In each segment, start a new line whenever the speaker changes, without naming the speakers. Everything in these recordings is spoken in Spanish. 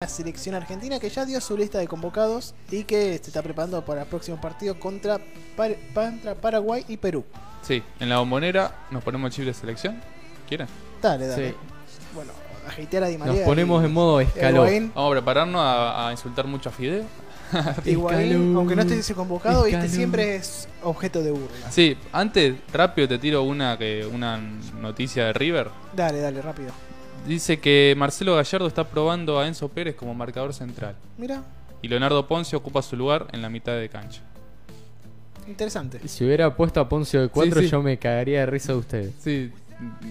la selección argentina que ya dio su lista de convocados y que se está preparando para el próximo partido contra, Par- contra Paraguay y Perú.
Sí, en la bombonera nos ponemos el chip de selección. ¿Quieren?
Dale, dale.
Sí.
Bueno, ajeitear a Di
Nos
María.
ponemos en modo escalón.
Higuaín,
Vamos a prepararnos a, a insultar mucho a Fideo.
Higuaín,
Escalón,
aunque no esté convocado, este
escalón.
siempre es objeto de burla.
Sí, antes, rápido te tiro una, que, una noticia de River.
Dale, dale, rápido.
Dice que Marcelo Gallardo está probando a Enzo Pérez como marcador central.
Mira,
Y Leonardo Ponce ocupa su lugar en la mitad de cancha.
interesante.
Si hubiera puesto a Poncio de 4,
sí.
yo me cagaría de risa de ustedes.
Sí,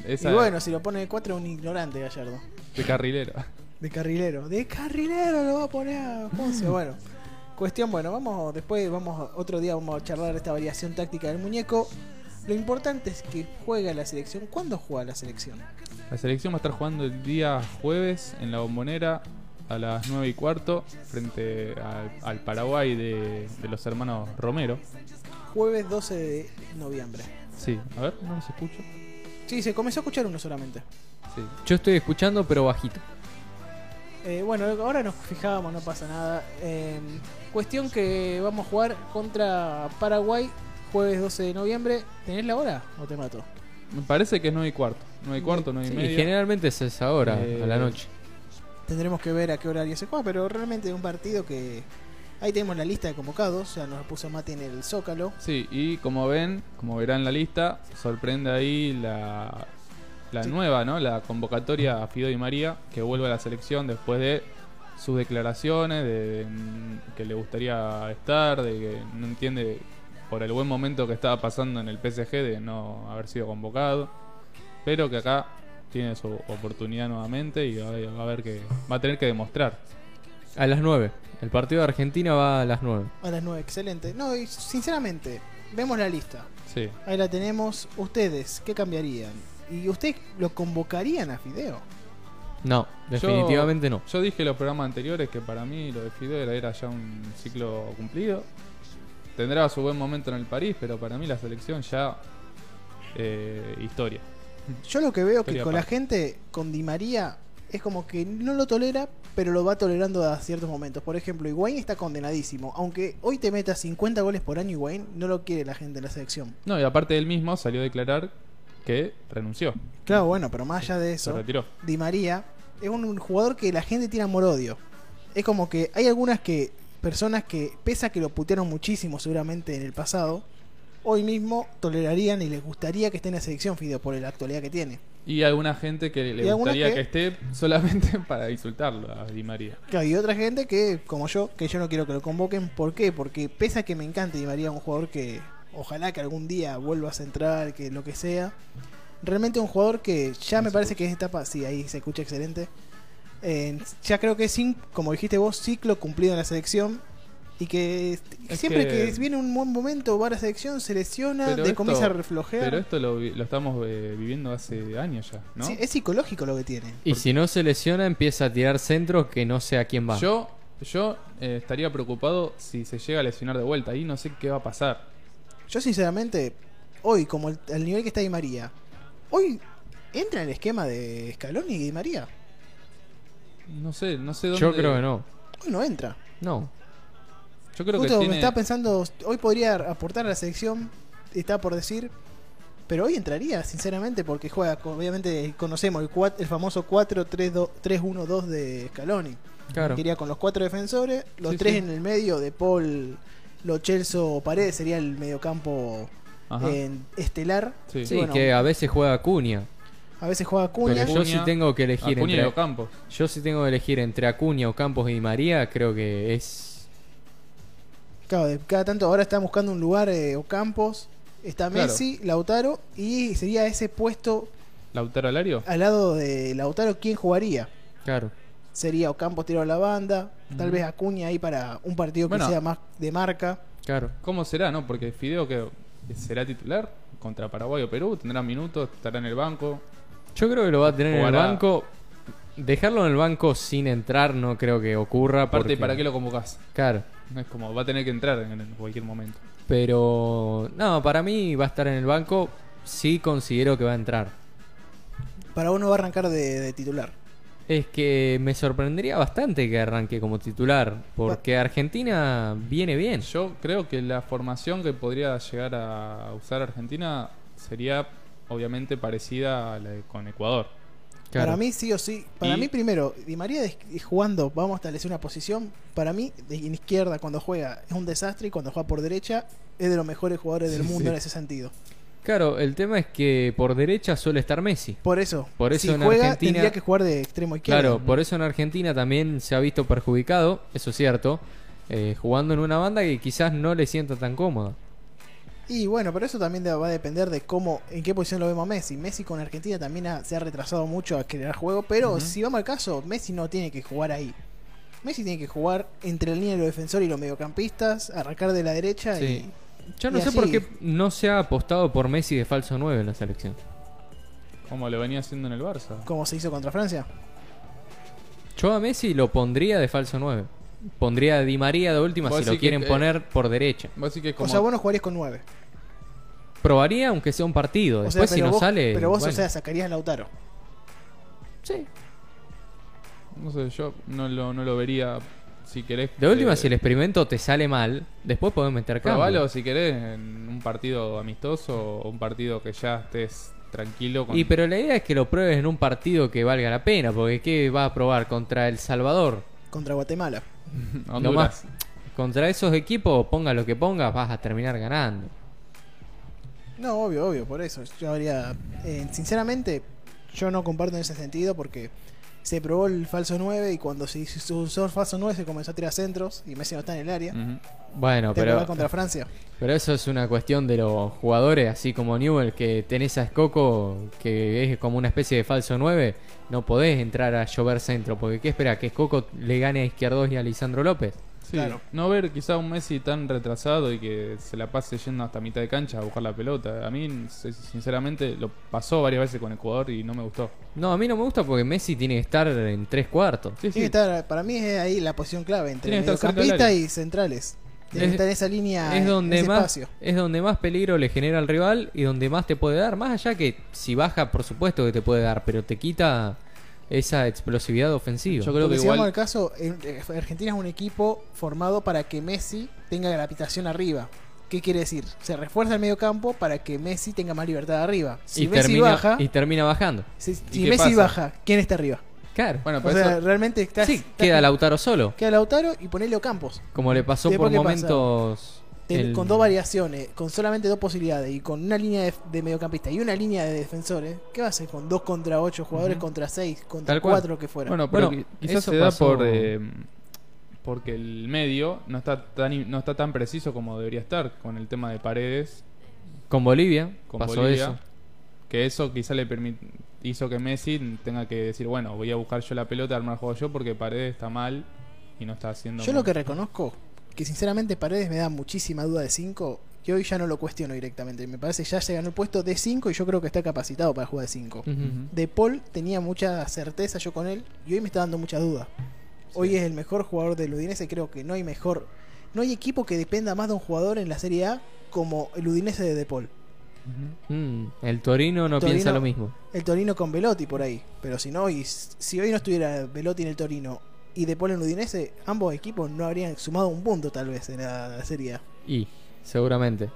esa
Y bueno, si lo pone de 4 es un ignorante Gallardo.
de carrilero.
De carrilero. De carrilero lo va a poner a Poncio. Bueno, cuestión, bueno, vamos después, vamos otro día vamos a charlar de esta variación táctica del muñeco. Lo importante es que juega la selección. ¿Cuándo juega la selección?
La selección va a estar jugando el día jueves en la bombonera a las 9 y cuarto frente al, al Paraguay de, de los hermanos Romero.
Jueves 12 de noviembre.
Sí, a ver, no los escucho.
Sí, se comenzó a escuchar uno solamente.
Sí.
Yo estoy escuchando, pero bajito.
Eh, bueno, ahora nos fijábamos, no pasa nada. Eh, cuestión que vamos a jugar contra Paraguay jueves 12 de noviembre. ¿Tenés la hora o te mato?
Me parece que es 9 y cuarto. 9 y cuarto, 9 y
Sí,
medio.
generalmente es esa hora,
Eh,
a la noche.
Tendremos que ver a qué horario se juega, pero realmente es un partido que... Ahí tenemos la lista de convocados, ya nos puso Mati en el Zócalo.
Sí, y como ven, como verán la lista, sorprende ahí la, la
Sí.
nueva, ¿no? La convocatoria a Fido y María, que vuelve a la selección después de sus declaraciones, de, mm, que le gustaría estar, de que no entiende por el buen momento que estaba pasando en el PSG de no haber sido convocado, pero que acá tiene su oportunidad nuevamente y va va a ver que va a tener que demostrar.
A las 9. El partido de Argentina va a las 9.
A las 9, excelente. No, y sinceramente, vemos la lista.
Sí.
Ahí la tenemos. Ustedes, ¿qué cambiarían? ¿Y ustedes lo convocarían a Fideo?
No, definitivamente no.
Yo dije en los programas anteriores que para mí lo de Fidel era- era ya un ciclo cumplido. Tendrá su buen momento en el París, pero para mí la selección ya eh, historia.
Yo lo que veo que
Historia
con la
aparte.
gente, con Di María, es como que no lo tolera, pero lo va tolerando a ciertos momentos. Por ejemplo, Higuaín está condenadísimo. Aunque hoy te meta 50 goles por año Higuaín, no lo quiere la gente en la selección.
No, y aparte él mismo salió a declarar que renunció,
Claro, bueno, pero más allá de
se
eso,
retiró.
Di María es un jugador que la gente tiene amor-odio. Es como que hay algunas que personas que, pese a que lo putearon muchísimo seguramente en el pasado, hoy mismo tolerarían y les gustaría que esté en la selección, Fideo, por la actualidad que tiene.
Y alguna gente que le
Y alguna
gustaría que...
que
esté solamente para insultarlo a Di María.
Claro, y otra gente que, como yo, que yo no quiero que lo convoquen. ¿Por qué? Porque pese a que me encante Di María, un jugador que ojalá que algún día vuelva a centrar, que lo que sea. Realmente un jugador que ya me parece que es etapa, sí, ahí se escucha excelente. Eh, ya creo que es, un- como dijiste vos, ciclo cumplido en la selección. Y que este,
Es
siempre que...
que-
viene un buen momento, va a la selección, se lesiona,
Pero
de
esto-
comienza a reflojear.
Pero esto lo, vi- lo estamos eh, viviendo hace años ya, ¿no?
Sí, es psicológico lo que tiene.
Y si no se lesiona, empieza a tirar centros que no sé a quién va.
Yo, yo eh, estaría preocupado si se llega a lesionar de vuelta. Ahí no sé qué va a pasar.
Yo sinceramente, hoy, como el, al nivel que está Di María, hoy entra en el esquema de Scaloni y Di María.
No sé, no sé dónde.
Yo creo que no.
Hoy no entra.
No.
Yo creo
Justo
que
me
tiene.
estaba pensando, hoy podría aportar a la selección, está por decir, pero hoy entraría, sinceramente, porque juega, obviamente conocemos el, cuat- el famoso 4-3-1-2 de Scaloni.
Claro.
Iría con los cuatro defensores, los
Sí,
tres
sí.
en el medio de Paul, Lo Celso, Paredes, sería el mediocampo
Ajá.
eh, estelar.
sí.
Sí,
bueno.
que a veces juega Acuña.
A veces juega Cunha.
Pero yo
Acuña-
sí tengo que elegir
Acuña y
entre.
Ocampo.
Yo sí tengo que elegir entre Acuña, Ocampos y Di María, creo que es.
Claro, de cada tanto ahora está buscando un lugar eh, o campos. Está
Claro.
Messi, Lautaro y sería ese puesto
Lautaro Alario.
al lado de Lautaro quién jugaría.
Claro.
Sería Ocampos tirado a la banda, tal
Ujú.
vez Acuña ahí para un partido que
Bueno.
sea más de marca.
Claro.
¿Cómo será, no? Porque Fideo que será titular contra Paraguay o Perú, tendrá minutos, estará en el banco.
Yo creo que lo va a tener en el
Jugará.
banco. Dejarlo en el banco sin entrar no creo que ocurra.
Aparte,
porque-
¿para qué lo convocás?
Claro.
No es como, va a tener que entrar en, en cualquier momento.
Pero no, para mí va a estar en el banco. Sí considero que va a entrar.
Para uno va a arrancar de, de titular.
Es que me sorprendería bastante que arranque como titular, porque Argentina viene bien.
Yo creo que la formación que podría llegar a usar Argentina sería obviamente parecida a la de- con Ecuador.
Claro.
Para mí, sí o sí. Para
Y-
mí, primero, Di María des- eh, jugando, vamos a establecer una posición. Para mí, de en izquierda, cuando juega, es un desastre. Y cuando juega por derecha, es de los mejores jugadores del
Sí,
mundo
sí.
en ese sentido.
Claro, el tema es que por derecha suele estar Messi.
Por eso,
Por eso
si
en
juega,
Argentina-
tendría que jugar de extremo izquierdo.
Claro, por eso en Argentina también se ha visto perjudicado, eso es cierto, eh, jugando en una banda que quizás no le sienta tan cómoda.
Y bueno, pero eso también de- va a depender de cómo, en qué posición lo vemos a Messi. Messi con Argentina también ha- se ha retrasado mucho a crear juego, pero
Ujú.
si vamos al caso, Messi no tiene que jugar ahí. Messi tiene que jugar entre la línea de los defensores y los mediocampistas, arrancar de la derecha
Sí. Yo
Y
no sé
así-
por qué no se ha apostado por Messi de falso 9 en la selección.
Como lo venía haciendo en el
y
Barça.
como se hizo contra Francia.
Yo a Messi lo pondría de falso 9. Pondría a Di María de última
Vos
si lo
decís que,
quieren
eh,
poner por derecha.
Así que como
O sea, vos no jugarías con 9.
Probaría aunque sea un partido.
O
Después
sea,
si no
vos,
sale...
pero vos,
bueno.
o sea, sacarías a Lautaro.
Sí.
no sé, yo no lo, no lo vería si querés.
De última,
eh,
si el experimento te sale mal, después podés meter
Probalo
cambios.
si querés en un partido amistoso o un partido que ya estés tranquilo con
Y pero la idea es que lo pruebes en un partido que valga la pena, porque ¿qué vas a probar contra El Salvador?
Contra Guatemala.
Honduras.
Lo más- contra esos equipos, ponga lo que pongas, vas a terminar ganando.
No, obvio, obvio, por eso. Yo habría. eh, sinceramente, yo no comparto en ese sentido porque se probó el falso 9 y cuando se hizo- se usó el falso 9 se comenzó a tirar centros y Messi no está en el área.
Ujú.
Bueno,
Te acordás
pero,
contra Francia.
pero eso es una cuestión de los jugadores, así como Newell, que tenés a Escoco, que es como una especie de falso 9, no podés entrar a llover centro, porque ¿qué espera? ¿Que Escoco le gane a Izquierdos y a Lisandro López?
Sí,
Claro.
No ver quizá un Messi tan retrasado y que se la pase yendo hasta mitad de cancha a buscar la pelota. A mí, se- sinceramente, lo pasó varias veces con Ecuador y no me gustó.
No, a mí no me gusta porque Messi tiene que estar en tres cuartos.
Sí, sí.
Tiene que estar, para mí es ahí la posición clave entre
Tiene que estar cerca del
mediocampistas
área.
y centrales. Tiene
Es-
que estar en esa línea,
es
en
donde
Ah, ese
más
espacio.
es donde más peligro le genera al rival y donde más te puede dar más allá que si baja por supuesto que te puede dar pero te quita esa explosividad ofensiva
Yo creo
Porque
que
si
igual.
vamos al caso, en- eh, Argentina es un equipo formado para que Messi tenga gravitación arriba. ¿Qué quiere decir? Se refuerza el medio campo para que Messi tenga más libertad arriba. Si
y
Messi
termina
baja,
y termina bajando
si, si
qué
Messi
pasa?
baja, ¿quién está arriba?
claro
Bueno,
o
pero
sea,
eso-
realmente está,
sí queda Lautaro solo
queda Lautaro y ponele Ocampos.
como le pasó
Después,
por
¿qué pasa?
momentos
Ten-
el-
Con dos variaciones, con solamente dos posibilidades y con una línea de, de mediocampista y una línea de defensores, ¿qué va a hacer con dos contra ocho jugadores,
Ujú.
contra seis, contra
Tal cual.
cuatro que fuera?
Bueno, pero
Bueno,
qui- quizás
eso
se da
pasó-
por eh, porque el medio no está tan i- no está tan preciso como debería estar con el tema de paredes
con Bolivia
con
pasó
Bolivia,
eso
que eso quizás le permit- hizo que Messi tenga que decir bueno voy a buscar yo la pelota armar el juego yo porque paredes está mal y no está haciendo
Yo lo que reconozco, que sinceramente Paredes me da muchísima duda de 5, que hoy ya no lo cuestiono directamente. Me parece que ya se ganó el puesto de 5 y yo creo que está capacitado para jugar de 5.
Ujú.
De Paul tenía mucha certeza yo con él y hoy me está dando muchas dudas. Hoy es el mejor jugador del Udinese, creo que no hay mejor, no hay equipo que dependa más de un jugador en la Serie A como el Udinese de De Paul.
Ujú.
Mm, el Torino no
Torino-
piensa lo mismo
El Torino con Velotti por ahí, pero si no hoy, si hoy no estuviera Velotti en el Torino y De Paul en el Udinese, ambos equipos no habrían sumado un punto tal vez en la Serie A.
y seguramente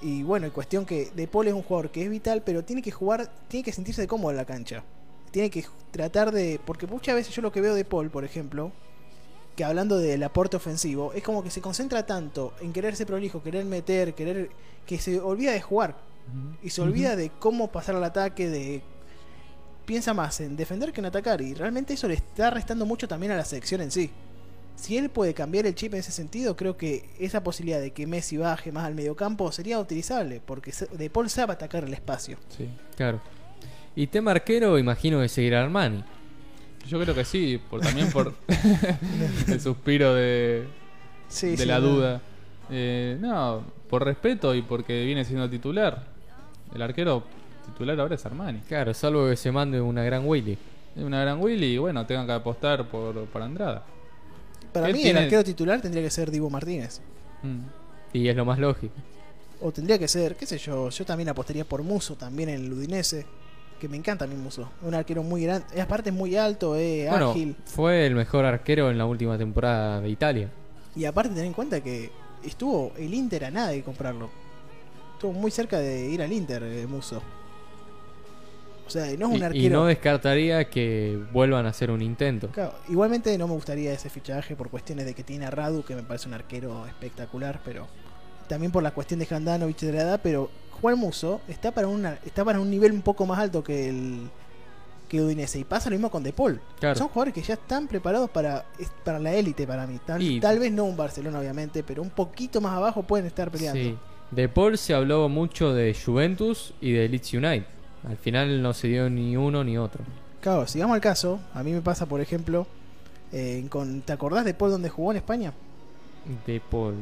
Y bueno, y cuestión que De Paul es un jugador que es vital, pero tiene que jugar, tiene que sentirse cómodo en la cancha. Tiene que tratar de. Porque muchas veces yo lo que veo de Paul, por ejemplo, que hablando del aporte ofensivo, es como que se concentra tanto en querer ser prolijo, querer meter, querer. que se olvida de jugar. Y se olvida de cómo pasar al ataque, de. piensa más en defender que en atacar. Y realmente eso le está restando mucho también a la selección en sí. Si él puede cambiar el chip en ese sentido, creo que esa posibilidad de que Messi baje más al mediocampo sería utilizable, porque se- De Paul sabe atacar el espacio.
Sí.
claro y tema arquero imagino que seguirá Armani
yo creo que sí por, también por el suspiro de
Sí,
de
sí,
la
no.
duda. Eh, no, por respeto y porque viene siendo titular. El arquero titular ahora es Armani.
claro salvo que se mande una gran Willy
Es una gran Willy y bueno, tengan que apostar por, por Andrada.
Para
Él
mí,
tiene-
el arquero titular tendría que ser Divo Martínez.
Mm.
y es lo más lógico
O tendría que ser, qué sé yo, yo también apostaría por Muso también en el Udinese. que me encanta a mí Muso. Un arquero muy grande. Y aparte es muy alto, eh,
Bueno,
ágil.
fue el mejor arquero en la última temporada de Italia.
Y aparte tener en cuenta que estuvo el Inter a nada de comprarlo. Estuvo muy cerca de ir al Inter eh, Muso. O sea, no es un
Y-
arquero.
y no descartaría que vuelvan a hacer un intento.
Claro, igualmente no me gustaría ese fichaje por cuestiones de que tiene a Radu, que me parece un arquero espectacular, pero también por la cuestión de Handanovic de la edad, pero Juan Muso está para una, está para un nivel un poco más alto que el que Udinese y pasa lo mismo con De Paul.
Claro.
Son jugadores que ya están preparados para, es- para la élite para mí. Tal,
Y-
tal vez no un Barcelona obviamente, pero un poquito más abajo pueden estar peleando.
Sí. De Paul se habló mucho de Juventus y de Leeds United. Al final no se dio ni uno ni otro.
Claro, si vamos al caso, a mí me pasa por ejemplo eh, con- ¿te acordás de Paul donde jugó en España?
De Paul.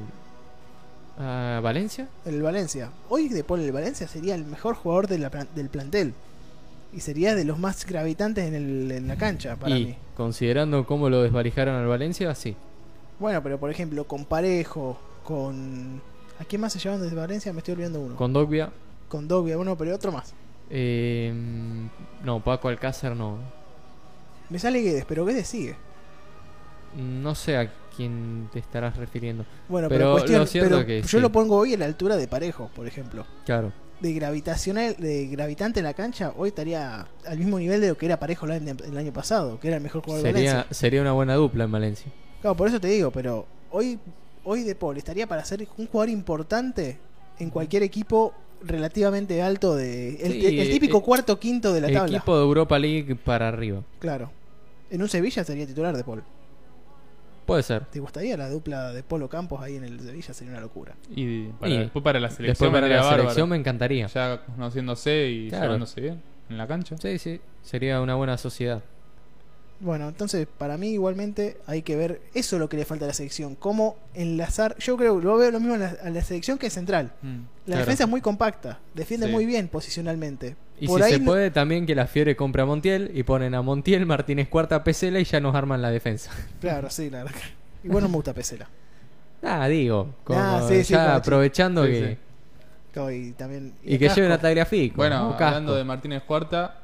Ah, ¿Valencia?
el Valencia. Hoy De Paul en el Valencia sería el mejor jugador de la plan- del plantel. Y sería de los más gravitantes en, el- en la cancha para
y
mí.
considerando cómo lo desvalijaron al Valencia, sí.
Bueno, pero por ejemplo, con Parejo, con... ¿A quién más se llevaron desde Valencia? Me estoy olvidando uno. Con,
Con Dogbia.
Dogbia, uno, pero otro más.
eh, no, Paco Alcázar no.
Me sale Guedes, pero Guedes sigue.
No sé a quién te estarás refiriendo.
Bueno,
Pero
pero, cuestión-
lo cierto
pero
que
yo
sí.
lo pongo hoy a la altura de Parejo, por ejemplo.
Claro.
De, gravitacional, de gravitante en la cancha, hoy estaría al mismo nivel de lo que era Parejo el año, el año pasado, que era el mejor jugador de Valencia.
Sería, sería una buena dupla en Valencia.
Claro, por eso te digo, pero hoy, hoy De Paul estaría para ser un jugador importante en cualquier equipo relativamente alto de el,
Sí,
el típico
eh,
cuarto quinto de la tabla.
Equipo de Europa League para arriba.
Claro. En un Sevilla sería titular De Paul.
Puede ser.
¿Te gustaría la dupla de Polo Campos ahí en el Sevilla? Sería una locura.
Y para,
Y
después para la
Después
selección.
para la
vendría bárbaro.
selección me encantaría.
Ya conociéndose y
Claro.
llevándose bien en la cancha.
Sí, sí. Sería una buena sociedad.
Bueno, entonces para mí igualmente hay que ver eso es lo que le falta a la selección. Cómo enlazar. Yo creo, lo veo lo mismo en la, a la selección que en central.
Mm.
La
Claro.
defensa es muy compacta, defiende
Sí.
muy bien posicionalmente.
Y
Por
si
ahí
se
no-
puede, también que la Fiore compre a Montiel y ponen a Montiel, Martínez Cuarta, Pesela y ya nos arman la defensa.
Claro, sí, la verdad. que- Igual no me gusta Pesela.
Ah, digo, como
Ah, sí, sí,
ya
como-
aprovechando
Sí,
que,
sí.
Claro, Y, también,
y que
Casco.
lleven a Tagliafico.
Bueno,
¿no? Casco.
hablando de Martínez Cuarta,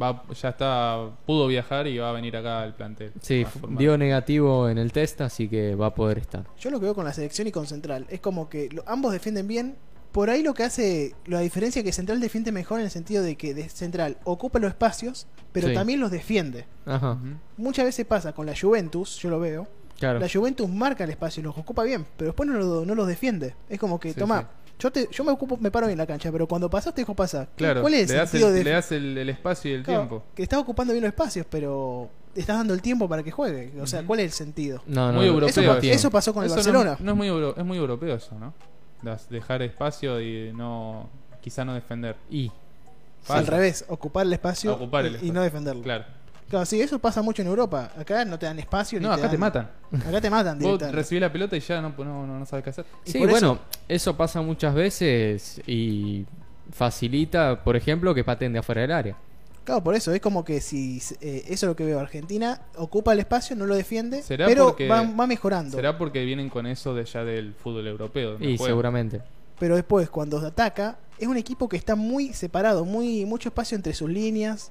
va, ya está, pudo viajar y va a venir acá al plantel.
Sí,
a
fu-
formar.
dio negativo en el test, así que va a poder estar.
Yo lo que veo con la selección y con Central es como que lo- ambos defienden bien. Por ahí lo que hace la diferencia es que Central defiende mejor en el sentido de que de- Central ocupa los espacios, pero
Sí.
también los defiende.
Ajá,
Ujú.
Muchas veces pasa con la Juventus, yo lo veo.
claro.
La Juventus marca el espacio y los ocupa bien, pero después no, lo- no los defiende. Es como que,
Sí,
toma, yo te, yo me ocupo, me paro bien en la cancha, pero cuando pasas te dejo pasar. ¿Qué-
Claro,
¿Cuál es
le
el
das,
sentido
el,
de
le das el- el espacio y el
Claro,
tiempo.
Que estás ocupando bien los espacios, pero estás dando el tiempo para que juegue. O sea,
Ujú.
¿cuál es el sentido?
No, no,
Muy
no,
europeo
Eso,
Pero
pa-
tiene.
eso pasó con el
Eso no es-
Barcelona.
No, es muy euro- es muy europeo eso, ¿no? Das- dejar espacio y no quizá no defender.
Y
pasa.
Al revés, ocupar el espacio
Ocupar
y-
el
y
espacio.
no defenderlo. Claro.
Claro.
sí, eso pasa mucho en Europa. Acá no te dan espacio. ni
No, acá
dan-
te matan.
Acá te matan
Vos
directamente.
recibís la pelota y ya no, no, no, no sabes qué hacer.
Y
Sí,
por eso-
bueno, eso... pasa muchas veces y facilita, por ejemplo, que paten de afuera del área.
Claro, por eso es como que si eh, eso es lo que veo. Argentina ocupa el espacio, no lo defiende,
¿Será
pero
porque-
va, va mejorando.
Será porque vienen con eso de ya del fútbol europeo. no
Y
juegan.
seguramente.
Pero después, cuando ataca, es un equipo que está muy separado, muy mucho espacio entre sus líneas.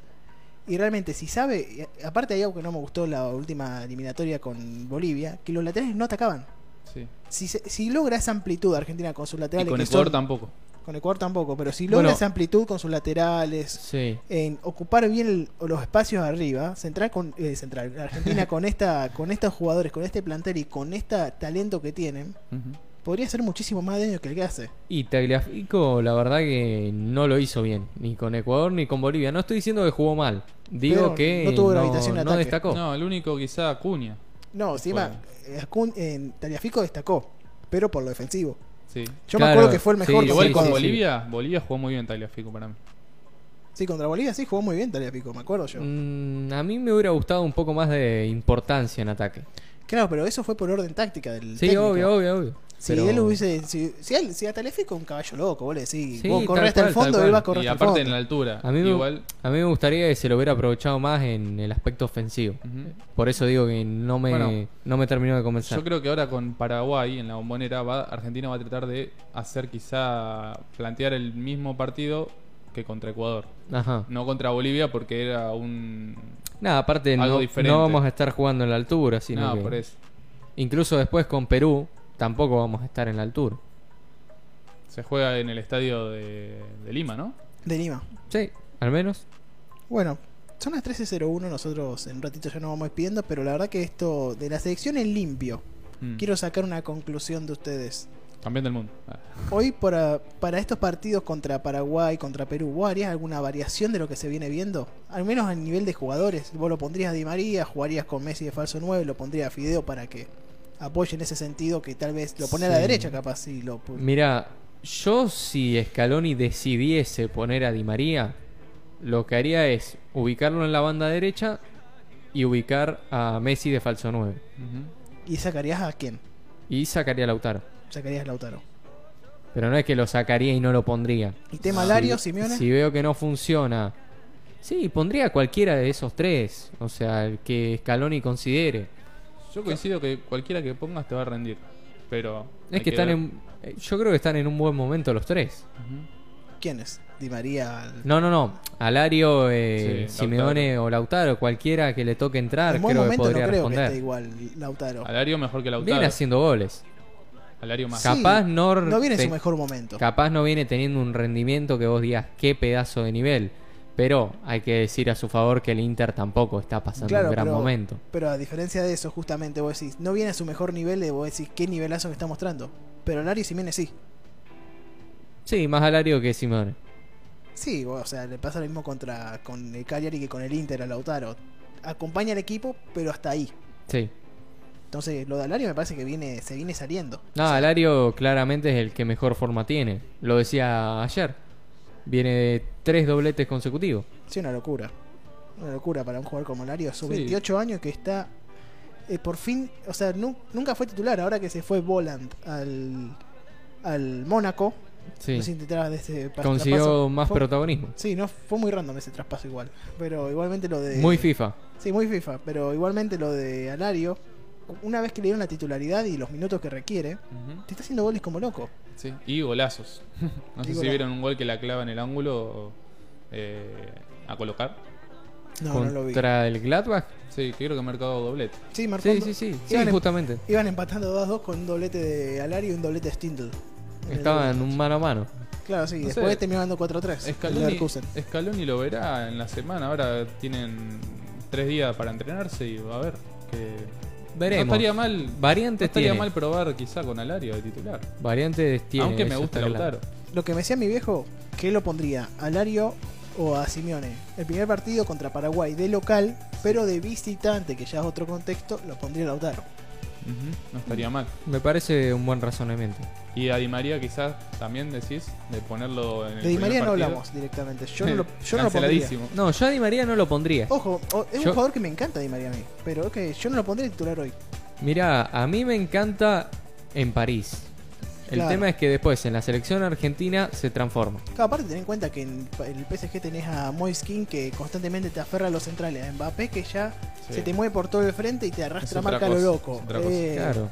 Y realmente, si sabe, y a- aparte hay algo que no me gustó la última eliminatoria con Bolivia, que los laterales no atacaban.
Sí.
Si, se- si logra esa amplitud Argentina con sus
Y
laterales,
con
que
Ecuador
son-
tampoco.
con Ecuador tampoco, pero si logra
Bueno.
esa amplitud con sus laterales,
Sí.
en ocupar bien el- los espacios arriba, central con eh, central, Argentina con esta, con estos jugadores, con este plantel y con este talento que tienen,
Ujú.
podría ser muchísimo más daño que el que hace.
Y Tagliafico, la verdad que no lo hizo bien, ni con Ecuador ni con Bolivia. No estoy diciendo que jugó mal, digo
Pero
que
no tuvo gravitación en
no
ataque.
destacó.
No, el único quizá Acuña.
No, encima, eh, Ascun- en Taliafico destacó, pero por lo defensivo.
Sí.
Yo
Claro,
me acuerdo que fue el
Oh, sí,
mejor.
Igual
sí,
con
sí,
Bolivia, Bolivia jugó muy bien Tagliafico para mí.
Sí, contra Bolivia sí jugó muy bien Taliafico, me acuerdo yo.
Mm, a mí me hubiera gustado un poco más de importancia en ataque.
Claro, pero eso fue por orden táctica del
Sí,
técnico.
obvio, obvio, obvio.
Si
Pero-
él hubiese. Si, si, él, si a Taliafico un caballo loco, vos le decís.
Sí,
vos
tal
corres hasta el
cual, tal
fondo,
cual.
él va a correr
Y
hasta el
aparte en
fondo.
la altura.
A mí, me,
Igual.
a mí me gustaría que se lo hubiera aprovechado más en el aspecto ofensivo.
Ujú.
Por eso digo que no me,
Bueno,
no me terminó de convencer.
Yo creo que ahora con Paraguay en la bombonera va, Argentina va a tratar de hacer quizá plantear el mismo partido que contra Ecuador.
Ajá.
No contra Bolivia porque era un...
Nada, aparte
Algo
no,
diferente.
no vamos a estar jugando en la altura, sino
no,
que-
por eso.
incluso después con Perú tampoco vamos a estar en la altura.
Se juega en el estadio de, de Lima, ¿no?
de Lima.
Sí, al menos.
Bueno, son las 13.01, nosotros en un ratito ya nos vamos despidiendo, pero la verdad que esto de la selección es limpio.
Mm.
Quiero sacar una conclusión de ustedes.
Campeón del mundo. Ah.
Hoy para, para estos partidos contra Paraguay, contra Perú, ¿vos harías alguna variación de lo que se viene viendo? Al menos a nivel de jugadores. Vos lo pondrías a Di María, jugarías con Messi de falso 9, lo pondrías a Fideo para que apoye en ese sentido que tal vez lo pone a la
Sí.
derecha capaz y lo... pu-
Mira, yo si Scaloni decidiese poner a Di María, lo que haría es ubicarlo en la banda derecha y ubicar a Messi de falso 9.
Ujú.
¿Y sacarías a quién?
Y sacaría a Lautaro.
Sacarías a Lautaro.
Pero no es que lo sacaría y no lo pondría.
¿Y tema Lario, Simeone?
Si veo que no funciona. Sí, pondría a cualquiera de esos tres. O sea, el que Scaloni considere.
Yo coincido que cualquiera que pongas te va a rendir. Pero. hay
Es que están
ver.
en. eh, Yo creo que están en un buen momento los tres.
Ujú.
¿Quién es? Di María. al-
No, no, no. Alario, eh,
Sí,
Simeone o Lautaro, cualquiera que le toque entrar,
en buen
creo que
momento no
podría
creo que esté
responder.
igual Lautaro.
Alario mejor que Lautaro.
Viene haciendo goles.
Alario más.
Sí,
Capaz no,
No viene en
te-
su mejor momento.
capaz no viene teniendo un rendimiento que vos digas qué pedazo de nivel. Pero hay que decir a su favor que el Inter tampoco está pasando
Claro,
un gran
pero-
momento.
Pero a diferencia de eso, justamente vos decís, no viene a su mejor nivel, y vos decís qué nivelazo me está mostrando. Pero Lario Simeone sí.
Sí, más Alario que Simeone.
Sí, o sea, le pasa lo mismo contra con el Cagliari que con el Inter a Lautaro. Acompaña al equipo, pero hasta ahí.
Sí.
Entonces, lo de Alario me parece que viene se viene saliendo.
No, Alario claramente es el que mejor forma tiene. Lo decía ayer. Viene de tres dobletes consecutivos.
Sí, una locura. Una locura para un jugador como Lario, a sus
Sí.
28 años que está eh, por fin, o sea, nu- nunca fue titular, ahora que se fue Volant al al Mónaco,
Sí.
no sé si te enterabas de ese pas-
Consiguió
traspaso.
más
Fue-
protagonismo.
Sí, no fue muy random ese traspaso igual, pero igualmente lo de
Muy FIFA.
Sí, muy FIFA, pero igualmente lo de Alario, una vez que le dieron la titularidad y los minutos que requiere,
Ujú.
te está haciendo goles como loco.
Sí. Y golazos. No
Y
sé si
golazo.
vieron un gol que la clava en el ángulo eh, a colocar.
No, no lo vi.
Contra el Gladbach.
Sí, que creo que ha marcado doblete.
Sí, marcó
Sí,
un
sí,
do-
sí. Sí,
Iban, emp-
justamente.
iban empatando 2-2 con un doblete de Alario y un doblete de Stindl.
Estaban un mano a mano.
Claro, sí,
No
después
sé.
terminó dando 4-3. el
Scaloni,
Leverkusen.
Scaloni lo verá en la semana. Ahora tienen tres días para entrenarse y va a ver. Que...
Veremos.
No estaría mal.
Variantes
no estaría
tiene.
mal probar quizá con Alario de titular.
Variantes tiene.
Aunque me
eso
gusta
está
Lautaro.
claro.
Lo que me decía mi viejo, que lo pondría a Alario o a Simeone. El primer partido contra Paraguay de local, pero de visitante, que ya es otro contexto, lo pondría a Lautaro.
Ujú, No estaría mal.
Me parece un buen razonamiento.
Y a Di María quizás también decís de ponerlo en el
De Di
primer
María no
partido.
hablamos directamente. Yo no lo, yo no lo pondría.
Canceladísimo.
No, yo a Di María no lo pondría.
Ojo, o- es un
Yo-
jugador que me encanta Di María a mí, pero es que yo no lo pondría titular hoy.
Mira, a mí me encanta en París. El
Claro.
tema es que después en la selección argentina se transforma.
Claro, aparte ten en cuenta que en pa- el PSG tenés a Moiskin que constantemente te aferra a los centrales, a Mbappé que ya
Sí.
se te mueve por todo el frente y te arrastra
Es otra
marca a lo
cosa,
loco.
es otra cosa.
Eh,
Claro.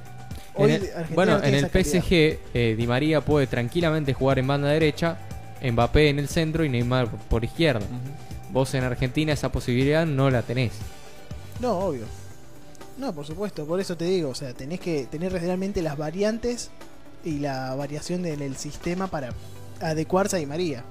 hoy
En el-
Argentina no
bueno, en
tiene
el
esa calidad.
PSG eh, Di María puede tranquilamente jugar en banda derecha, Mbappé en el centro y Neymar por izquierda.
Ujú.
Vos en Argentina esa posibilidad no la tenés.
No, obvio. No, por supuesto, por eso te digo, o sea, tenés que tener realmente las variantes y la variación en el sistema para adecuarse a Di María.